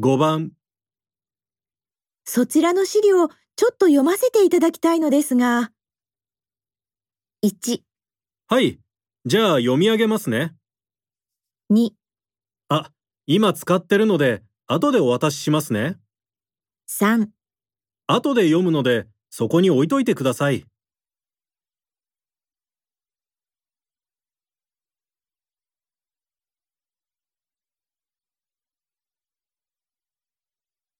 5番、そちらの資料、ちょっと読ませていただきたいのですが。1、はい。じゃあ読み上げますね。 2、今使ってるので、後でお渡ししますね。 3。後で読むので、そこに置いといてください。